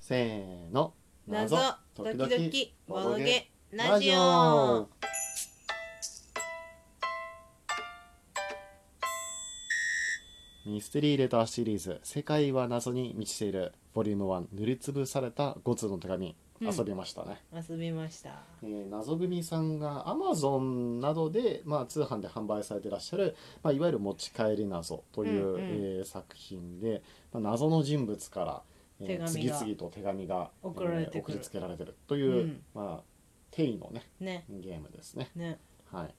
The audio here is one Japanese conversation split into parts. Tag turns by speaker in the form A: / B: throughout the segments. A: せーの
B: 謎時々ボロゲラ
A: ラ
B: ジ
A: ジ
B: オ
A: オミステリーレターシリーズ「世界は謎に満ちている」ボリューム1塗りつぶされた5通の手紙、
B: うん
A: 遊びましたね、
B: 遊びました
A: えー謎組さんが Amazon などで、まあ、通販で販売されてらっしゃる、まあ、いわゆる持ち帰り謎という、
B: うんうん
A: えー作品で、まあ、謎の人物から、えー
B: 手紙が
A: 次々と手紙が
B: 送られてく
A: えー送
B: る
A: りつけられてるという、
B: うん
A: まあ、定位のね
B: ね
A: ゲームですね。
B: ね
A: はい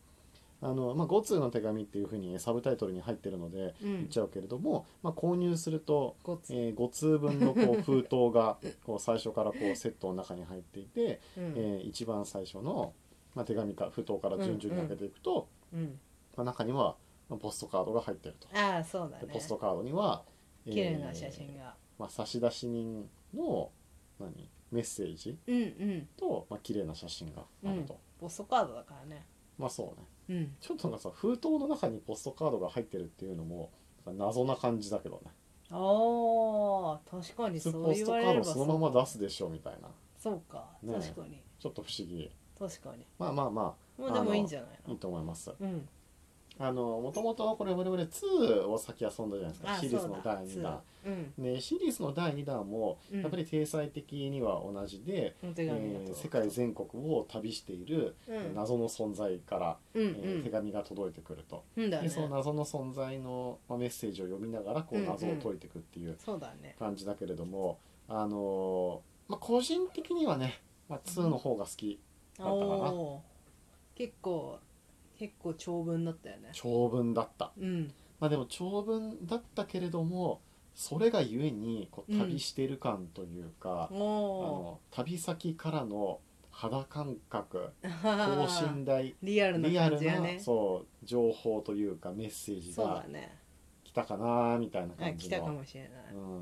A: あのまあ、5通の手紙っていうふうにサブタイトルに入ってるので
B: う
A: 言っ
B: ん
A: ちゃうけれども、まあ、購入すると、
B: ごつ
A: えー5通分のこ う封筒がこう最初からこうセットの中に入っていて、
B: うん
A: えー一番最初の、まあ、手紙か封筒から順々に開けていくと、
B: うん
A: まあ、中にはまあポストカードが入ってると、
B: ああそうだ
A: で
B: ね
A: ポストカードには、えー
B: 綺麗な写真が
A: まあ、差出人の何メッセージ
B: うんうん
A: と、まあ綺麗な写真があると、
B: ポストカードだからね
A: まあそうね
B: うん
A: ちょっとなんかさ封筒の中にポストカードが入ってるっていうのもなんか謎な感じだけどね
B: ああ確かに
A: 普通
B: そう
A: ポス
B: 言
A: トカ
B: われ
A: ー
B: れ
A: ド
B: ば
A: そのまま出すでしょみたいな
B: そうか
A: ね
B: 確かに
A: ちょっと不思議
B: 確かに
A: まあまあま
B: まあでもいいんじゃない
A: あいいと思います
B: のうん
A: あのもともとこれ我々2を先遊んだじゃないですか
B: あ
A: シリーズの第2
B: そ
A: 弾
B: うだうん
A: ね、シリーズの第2弾も
B: うん
A: やっぱり体裁的には同じで、
B: お手紙だ
A: えー
B: と
A: 世界全国を旅している
B: うん
A: 謎の存在から、
B: うん
A: えー手紙が届いてくると、
B: うんうんだ
A: で
B: ね
A: その謎の存在のまあメッセージを読みながらこ
B: う
A: うん
B: うん
A: 謎を解いていくっていう
B: そうだね
A: 感じだけれども、あのーまあ、個人的にはね、まあ、2の方が好き、
B: お
A: だったかな
B: おー結構結構長文だったよね
A: 長文だった、
B: うん
A: まあ、でも長文だったけれどもそれがゆえにこう
B: うん
A: 旅してる感というか、
B: お
A: あ
B: お
A: の旅先からの肌感覚等身
B: ー
A: 大
B: リアル
A: リ
B: な
A: ア
B: 感
A: ル
B: じや
A: な、
B: ねそ
A: そう情報というかメッセージ
B: う
A: が
B: だね
A: 来たかなみたいな
B: あ
A: 感
B: 来
A: じ
B: たか
A: の、
B: もしれない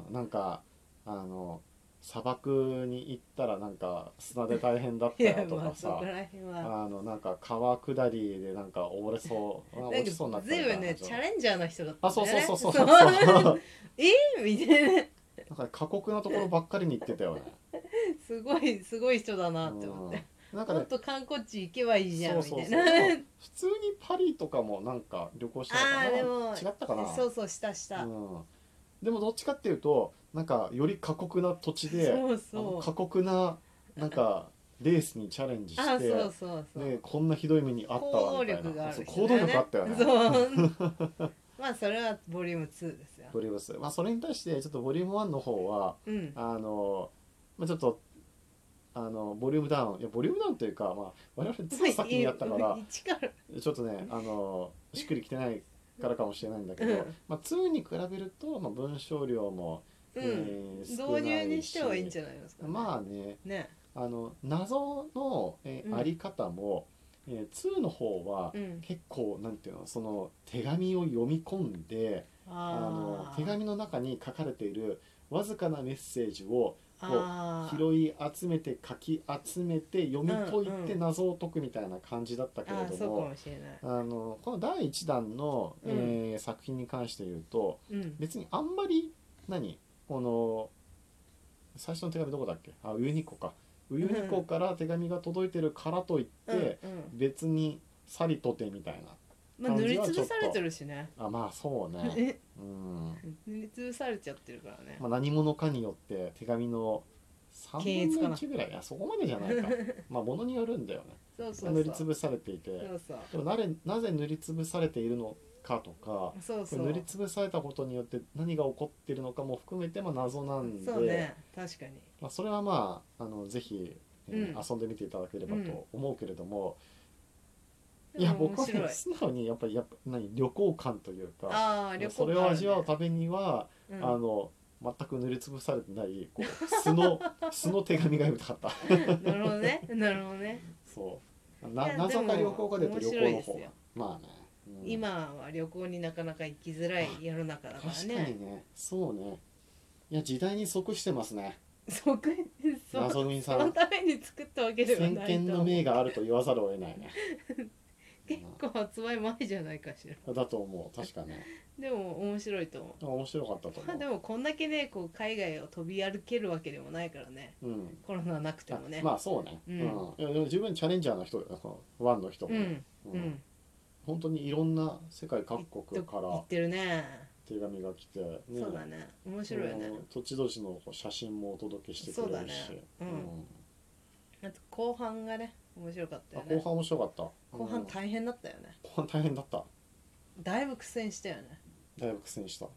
A: うん、なんかあの砂漠に行ったらなんか砂で大変だっ
B: い
A: た
B: や
A: よと
B: ま
A: か
B: あそ
A: さ
B: こら辺は
A: あのなんか川下りでなんか溺れそうあ
B: なん
A: 落
B: か
A: ちそうになった
B: 随
A: みたい
B: 分
A: な
B: ね
A: 感
B: チ
A: じ
B: ャ
A: の
B: レンジャーな人だった
A: あ
B: んだ
A: そう
B: よ
A: そうそ
B: ね
A: うそう
B: そ
A: そう
B: えみたいな
A: なんか過酷なところばっかりに行ってたよね
B: すごいすごい人だなって思って
A: うんなんか
B: も
A: ね
B: っと観光地行けばいいじゃん
A: そう
B: み
A: そう
B: た
A: そ
B: いうな
A: 普通にパリとかもなんか旅行したの
B: あーで
A: か
B: も
A: な違ったかな
B: そうそうしたした
A: うん、でもどっちかっていうとなんかより過酷な土地で
B: そう
A: あの
B: そ
A: 過酷ななんかレースにチャレンジ
B: う
A: し
B: あ
A: て
B: そうそうそう
A: ね、こんなひどい目にあった
B: 行
A: わ
B: 動
A: みたい
B: 力が
A: な
B: あ
A: そう
B: る
A: 行動力あったよね。
B: そうまあそれはボリューム2ですよ。
A: ボリューム2まあ、それに対してちょっとボリューム1の方は
B: うん。
A: あの、まあ、ちょっとあのボリュームダウンいやボリュームダウンというか、まあ、我々2先にやったから
B: 一から
A: ちょっとねあのしっくりきてないからかもしれないんだけ
B: う
A: ど
B: ん、
A: まあ、2に比べると、まあ、文章量も、
B: う
A: え
B: ん。
A: ー
B: 導
A: 少ない
B: 入にしてはいいんじゃないですか。
A: まあね
B: あね。
A: あの謎の、えー
B: うん
A: あり方も、えー、2の方は
B: うん。
A: 結構なんていうのその手紙を読み込んであの
B: あー
A: 手紙の中に書かれているわずかなメッセージを
B: あー
A: 拾い集めて書き集めて読み解い
B: うんう
A: て
B: ん
A: 謎を解くみたいな感じだったけれ
B: あー
A: ど
B: そうか
A: も
B: もしれない。
A: あのこの第1弾の、
B: うん
A: えー作品に関して言うと
B: うん。
A: 別にあんまり何この最初の手紙どこだっけあウユニ湖かウユニ湖から手紙が届いてるからといって、
B: うんうん
A: 別にさりとてみたい
B: まあ塗りつぶされてるしね。
A: なあまあそうね
B: え
A: うん、
B: 塗りつぶされちゃってるからね
A: ま。あ、何者かによって手紙の
B: 均
A: 3
B: 一か
A: 分の
B: な
A: 1ぐらいいやそこまでじゃない かまあものによるんだよね
B: そうそう
A: 塗り
B: そ
A: つ
B: う。
A: ぶされていて
B: そうそう。
A: でもなれなぜ塗りつぶされているのかとか
B: そう
A: こ
B: そ
A: れ塗り
B: う。
A: つぶされたことによって何が起こってるのかも含めても謎なんで
B: そうね。確かに。
A: まあ、それはまああのぜひ、えー
B: うん
A: 遊んでみていただければと思うけれども、
B: で
A: い
B: も
A: や僕は
B: 面
A: ね
B: 白い。
A: 素直にやっぱりやっぱ何旅行感というか
B: ああ旅行
A: それを味わうためには、
B: め
A: あの全く塗りつぶされてないこう素の 素の手紙が読みたかった
B: なるほ どね。なるほどね。
A: そう
B: い
A: な
B: や
A: 謎か
B: で
A: 旅
B: も
A: 行かで言うと旅
B: 面白
A: 行
B: い
A: の
B: です
A: 方
B: よ
A: がまあね、うん
B: 今は旅行になかなか行きづらい世の中だから
A: 確か
B: ね
A: にねそうねいや時代に即してますね
B: そこ そ
A: 謎組
B: そ
A: さ
B: の
A: ん
B: ために作ったわけでは
A: 先
B: ない
A: 見
B: と
A: の
B: 思う
A: 明があると言わざるを得ないね
B: 結構発売前じゃないかしら
A: だと思う確かね
B: でも面白いと思う
A: あ面白かったと
B: まあで
A: 思
B: もこんだけねこう海外を飛び歩けるわけでもないからね
A: う、うん、
B: コロナなくてもね
A: あまあそうね、
B: う
A: うんんいやでも十分チャレンジャーな人だよそのワンの人も
B: う
A: ね、
B: んう
A: うん
B: ん
A: 本当にいろんな世界各
B: 言
A: 国
B: っ
A: か
B: 言
A: ら
B: ってるね
A: 手紙が来て、ね
B: そうだね面白いよね
A: その土地土地の写真もお届けしてくれるし
B: そうだねうんあと後半がね面白かった
A: あ
B: よね
A: 後半面白かった
B: 後
A: う
B: 半
A: ん後
B: 大変だったよね
A: 半大変だった
B: だいぶ苦戦したよね
A: だいぶ苦戦した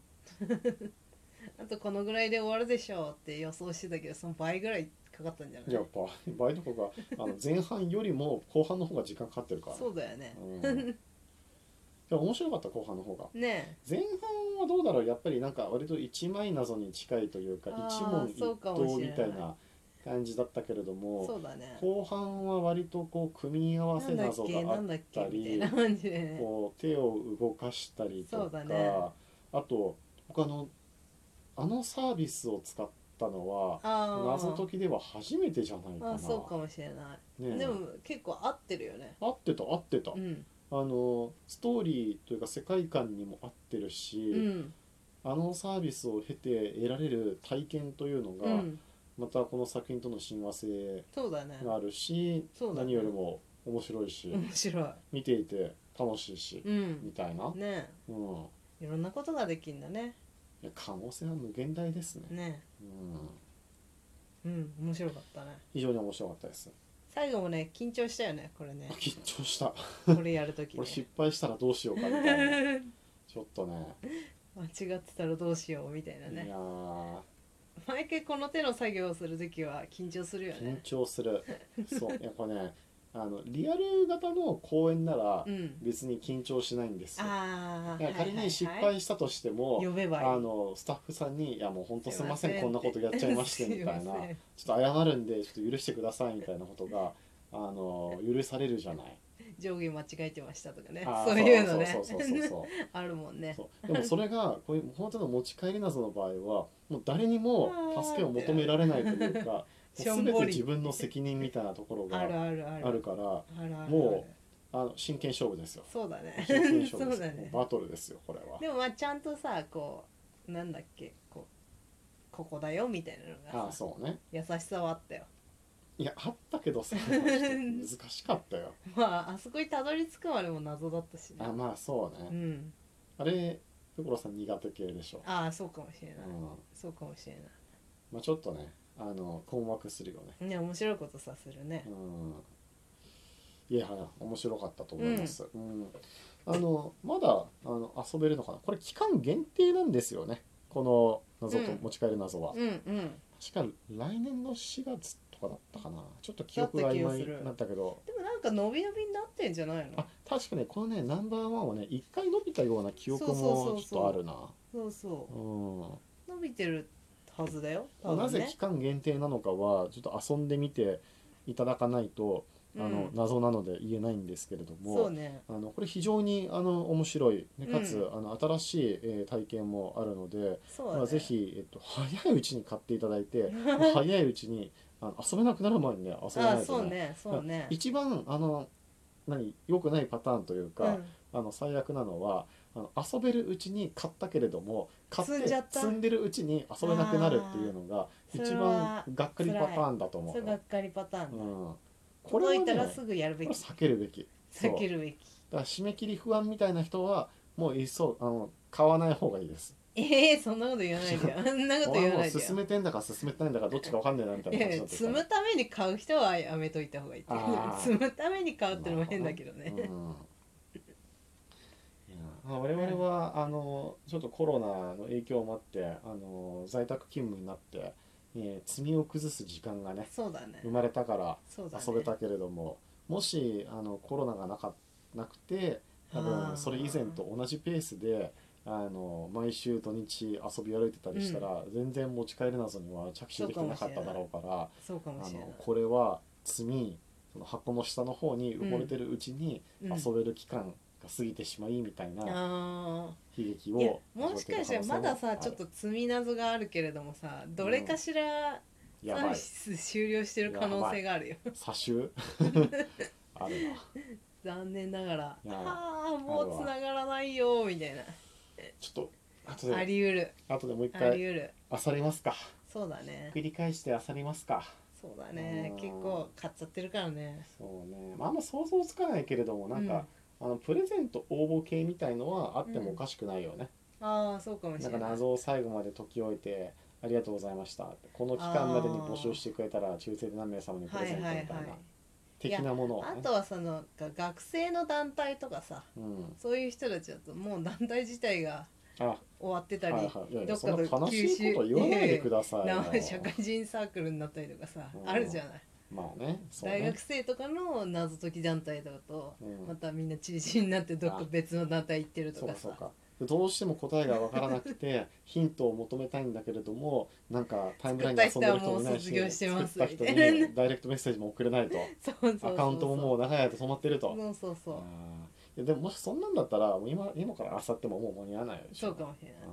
B: あとこのぐらいで終わるでしょうって予想してたけどその倍ぐらいかかったんじゃない
A: やっぱ倍どころかあの前半よりも後半の方が時間かかってるから
B: そうだよね
A: うん、でも面白かった後半の方が
B: ね
A: 前半はどうだろうやっぱりなんか割と一枚謎に近いというか
B: あー
A: 一問一
B: そうかも
A: 答
B: し
A: み
B: れない
A: たいな感じだったけれど
B: え
A: も
B: そうだね
A: 後半は割とこう組み合わ
B: な
A: せ
B: んだっ
A: 謎
B: け
A: が
B: な
A: あ
B: ん
A: っ
B: だっけ
A: た
B: みた
A: り
B: いな感じでね
A: こう手を動かしたりと
B: そ
A: か、
B: うだね
A: あと他のあのサービスを使ったのは
B: あー
A: 謎解きでは初めてじゃないか
B: あ
A: な
B: ーそうかもしれない
A: ねえ
B: でも結構合ってるよね
A: 合ってた合ってた、
B: うん
A: あのストーリーというか世界観にも合ってるし、
B: うん
A: あのサービスを経て得られる体験というの
B: う
A: が、
B: ん
A: またこの作品との親和性
B: そうだね
A: があるし、
B: そうだね
A: 何よりも面白いし、
B: 面白い
A: 見ていて楽しいし、
B: うん
A: みたいな、うん、
B: ねえいろんなことができんだね
A: いや可能性は無限大ですね、
B: ね
A: うん、
B: えうん面白かったね
A: 非常に面白かったです
B: 最後もね緊張したよねこれね
A: 緊張した
B: これやると き、
A: これ
B: ね
A: 失、敗したらどうしようかみたいな ちょっとね
B: 間違ってたらどうしようみたいないね
A: やー
B: 毎回この手の作業をするときは緊張するよ
A: 緊
B: ね
A: 張するそういやこれねあのリアル型の公演なら
B: うん
A: 別に緊張しないんですよ、
B: ああ
A: だから仮に失敗したとしても、
B: 呼べばいい
A: あのスタッフさんに「いやもう本当すいませんこんなことやっちゃいまして」 みたいな
B: すません
A: 「ちょっと謝るんでちょっと許してください」みたいなことがあの許されるじゃない
B: 上下間違えてましたとかね
A: あー
B: そういうのね
A: そうそうそうそうそう
B: あるもんね
A: そうでもそれがこういう本当の持ち帰り謎の場合はもう誰にも助けを求められないというかもう
B: しょん
A: 全
B: ぼ
A: て
B: り
A: 自分の責任みたいなところが
B: あるあるある
A: あるから
B: あるある
A: もあの真剣勝負 ですよ
B: そうだね
A: 真剣
B: そ
A: 勝負で
B: う
A: す
B: だ
A: よ、
B: ね
A: もうバトルですよこれは
B: でもまあちゃんとさこうなんだっけこうここだよみたいなのがさ
A: ああそうね
B: 優しさはあったよ
A: いやあったけどさ難しかったよ
B: まああそこにたどり着くまでも謎だったしね
A: あまあそう
B: う
A: ね
B: ん
A: あれ所さん苦手系でしょ、
B: ああそうかもしれ
A: う
B: ない、
A: ん
B: そうかもしれな
A: まあ、ちょっとねあの困惑するよね
B: いね面白いことさするね
A: うんいや面白かったと思います、うんあのまだあの遊べるのかなこれ期間限定なんですよねこの謎と、
B: うん
A: 持ち帰る謎は、
B: うんうん
A: 確か来年の4月とかだったかなちょっと記
B: だ
A: 憶
B: っ
A: が
B: た気
A: 曖
B: がする
A: 昧になったけど
B: でもなんか伸び伸びになってんじゃないの
A: あ確かねこのねナンバーワンはね一回伸びたような記憶
B: そうそうそう
A: も
B: そう
A: ちょっとあるな
B: そうそううん伸びてるはずだよ多
A: な
B: 分
A: ぜ
B: ね
A: 期間限定なのかはちょっと遊んでみていただかないと、あの
B: うん
A: 謎なので言えないんですけれど
B: そう
A: も、
B: ね
A: あのこれ非常にあの面白い、ね、かつ、
B: う
A: あの新しい、えー体験もあるので、
B: そうだ
A: ま
B: ね
A: あ、ぜひ、えっと、早いうちに買っていただい てもう早いうちにあの遊べなくなる前にね遊べ
B: あ
A: な
B: あ
A: い
B: そ
A: と
B: う
A: ね、
B: ねそうね
A: 一番あの何良くないパターンというか、
B: うん
A: あの最悪なのはあの遊べるうちに買ったけれども買って
B: 積んじゃった
A: 積んでるうちに遊べなくなるっていうのが
B: あー
A: 一
B: それは
A: 番がっかりパターンだと思
B: そうれ
A: よ
B: がっかりパターンだ、
A: うん、これは
B: 届いた
A: ね
B: らすぐやる
A: こ
B: べ
A: れ
B: き
A: 避けるべきそう
B: 避けるべき
A: だから締め切り不安みたいな人はもういっそあの買わない方がいいです
B: ええそんなこと言わないでよそんなこと言わ
A: も
B: な
A: う
B: いでよ
A: 進めてんだか進めてないんだかどっちかわかんないなみたい
B: い
A: な
B: や
A: 話
B: い
A: だ
B: や
A: った
B: 積むために買う人はやめといた方がいいって
A: あー
B: 積むために買うってのも変だけどね、
A: うんいやまあ我々はあのちょっとコロナの影響もあってあの在宅勤務になって、えー、罪を崩す時間がね
B: そうだね
A: 生まれたから
B: そうだね
A: 遊べたけれども、もしあのコロナがなかなくて多
B: あー
A: 分それ以前と同じペースであの毎週土日遊び歩いてたりしたら、全然持ち帰る謎には着手できてなかっただろうから。
B: そうかも
A: あ
B: しれない
A: のこれは積その箱の下の方に埋もれてるうちに
B: うん
A: 遊べる期間が過ぎてしまいみたいな
B: あ
A: 悲劇
B: ーいや
A: を
B: もしかしたらまださちょっと積み謎があるけれどもさどれかしら
A: や
B: サー
A: ばい
B: ビス終了してる可能性があるよ
A: 差しあるな
B: 残念ながら「
A: いや
B: ああも
A: あるわ
B: うつながらないよ」みたいな
A: ちょっと後で
B: あり得る
A: 後でもう一
B: あり
A: 回
B: 得る
A: 漁りますか
B: そうだね
A: 繰り返して漁りますか
B: そうだね
A: うん
B: 結構買っちゃってるからね
A: そうね、まあ、あんま想像つかないけれどもなんか、あのプレゼント応募系みたいのはあってもおかしくないよね、
B: うんああそうかもし
A: なん
B: れ
A: か
B: ない
A: 謎を最後まで解き終えて「ありがとうございました」この期間までに募集してくれたら抽選で何名様にプ
B: は
A: レゼン
B: い
A: トみ
B: は
A: たい
B: い
A: な、
B: はい
A: 的なものを、
B: あ
A: ね
B: とはそのが学生の団体とかさ
A: うん、
B: そういう人たちだともう団体自体が
A: あは
B: 終わってた
A: い
B: り、
A: はいいやいや
B: どっ
A: そんな
B: かの
A: 悲しいこと言わないでくださいよ
B: な社会人サークルになったりとかさ、
A: うん
B: あるじゃない、
A: まあねそう
B: 大
A: ね
B: 学生とかの謎解き団体とかと、
A: うん
B: またみんな中止になってどっか別の団体行ってると
A: そう
B: か
A: か
B: さ
A: そうかどうしても答えが分からなく てヒントを求めたいんだけれどもなんかタイムラインで遊んでる人もいないし
B: 作った人はもう卒業してます
A: 作った人にダイレクトメッセージも送れないと
B: そうそうそうそう
A: アカウントももう長い間止まってると
B: そうそうそう、
A: あーいやでももしそんなんだったらもう今今からあさってももう間に合わないでしょ
B: そうかもしれない、
A: う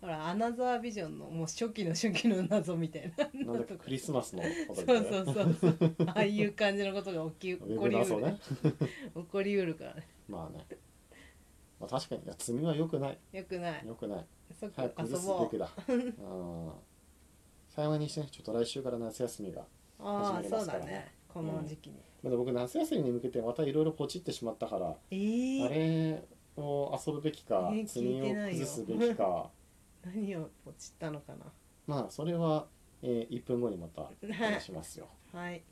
B: ほらアナザービジョンのもう初期の初期の謎みたいな
A: んなんだかクリスマスのこと
B: そ
A: で、
B: うそうそうそうああいう感じのことが起き起
A: ウェ
B: こ
A: ブ
B: り
A: だ
B: うる、
A: そうね
B: 起こりうるからね
A: まあね、まあ、確かにいや罪は良くない
B: よくない
A: 良くない
B: そこ
A: 早く
B: 遊
A: 崩すべ
B: ぼ
A: き
B: う
A: だうん幸いにしてねちょっと来週から夏休みが
B: あ
A: 始
B: あ
A: めま
B: そ
A: す
B: う
A: から
B: だ
A: ね
B: ねこの時期に、
A: まだ僕夏休みに向けてまたいろいろポチってしまったから、あ
B: えー、
A: れを遊ぶべきか
B: えー
A: 罪
B: 聞い
A: を
B: てないよ
A: 崩すべきか
B: 何をポチったのか
A: まあそれは、え1分後にまた話しますよ、
B: な はい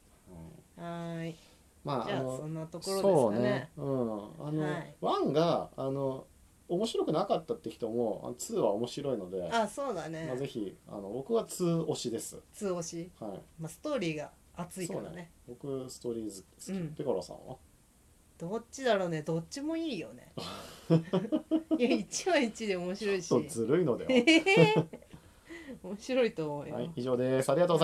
A: うん
B: はーい
A: まあ
B: じ
A: あ
B: ゃあ
A: の
B: そんなところですかね
A: そうね。うん。あの、
B: はい
A: ワンがあの面白くなかったって人も、あのツーは面白いので、
B: あそうだね
A: まあぜひあの僕はツー推しです。
B: 通押し、
A: はい。
B: まあ、ストーリーが熱いから
A: そう
B: ね
A: ね僕ストーリーズ好き。
B: うん
A: ペコラさんは？
B: どっちだろうねどっちもいいよ ねいや1は1で面白いし
A: ちょっとずるいのでは。
B: えへへ面白いと思うよ、
A: はい。以上です。ありがとうございました。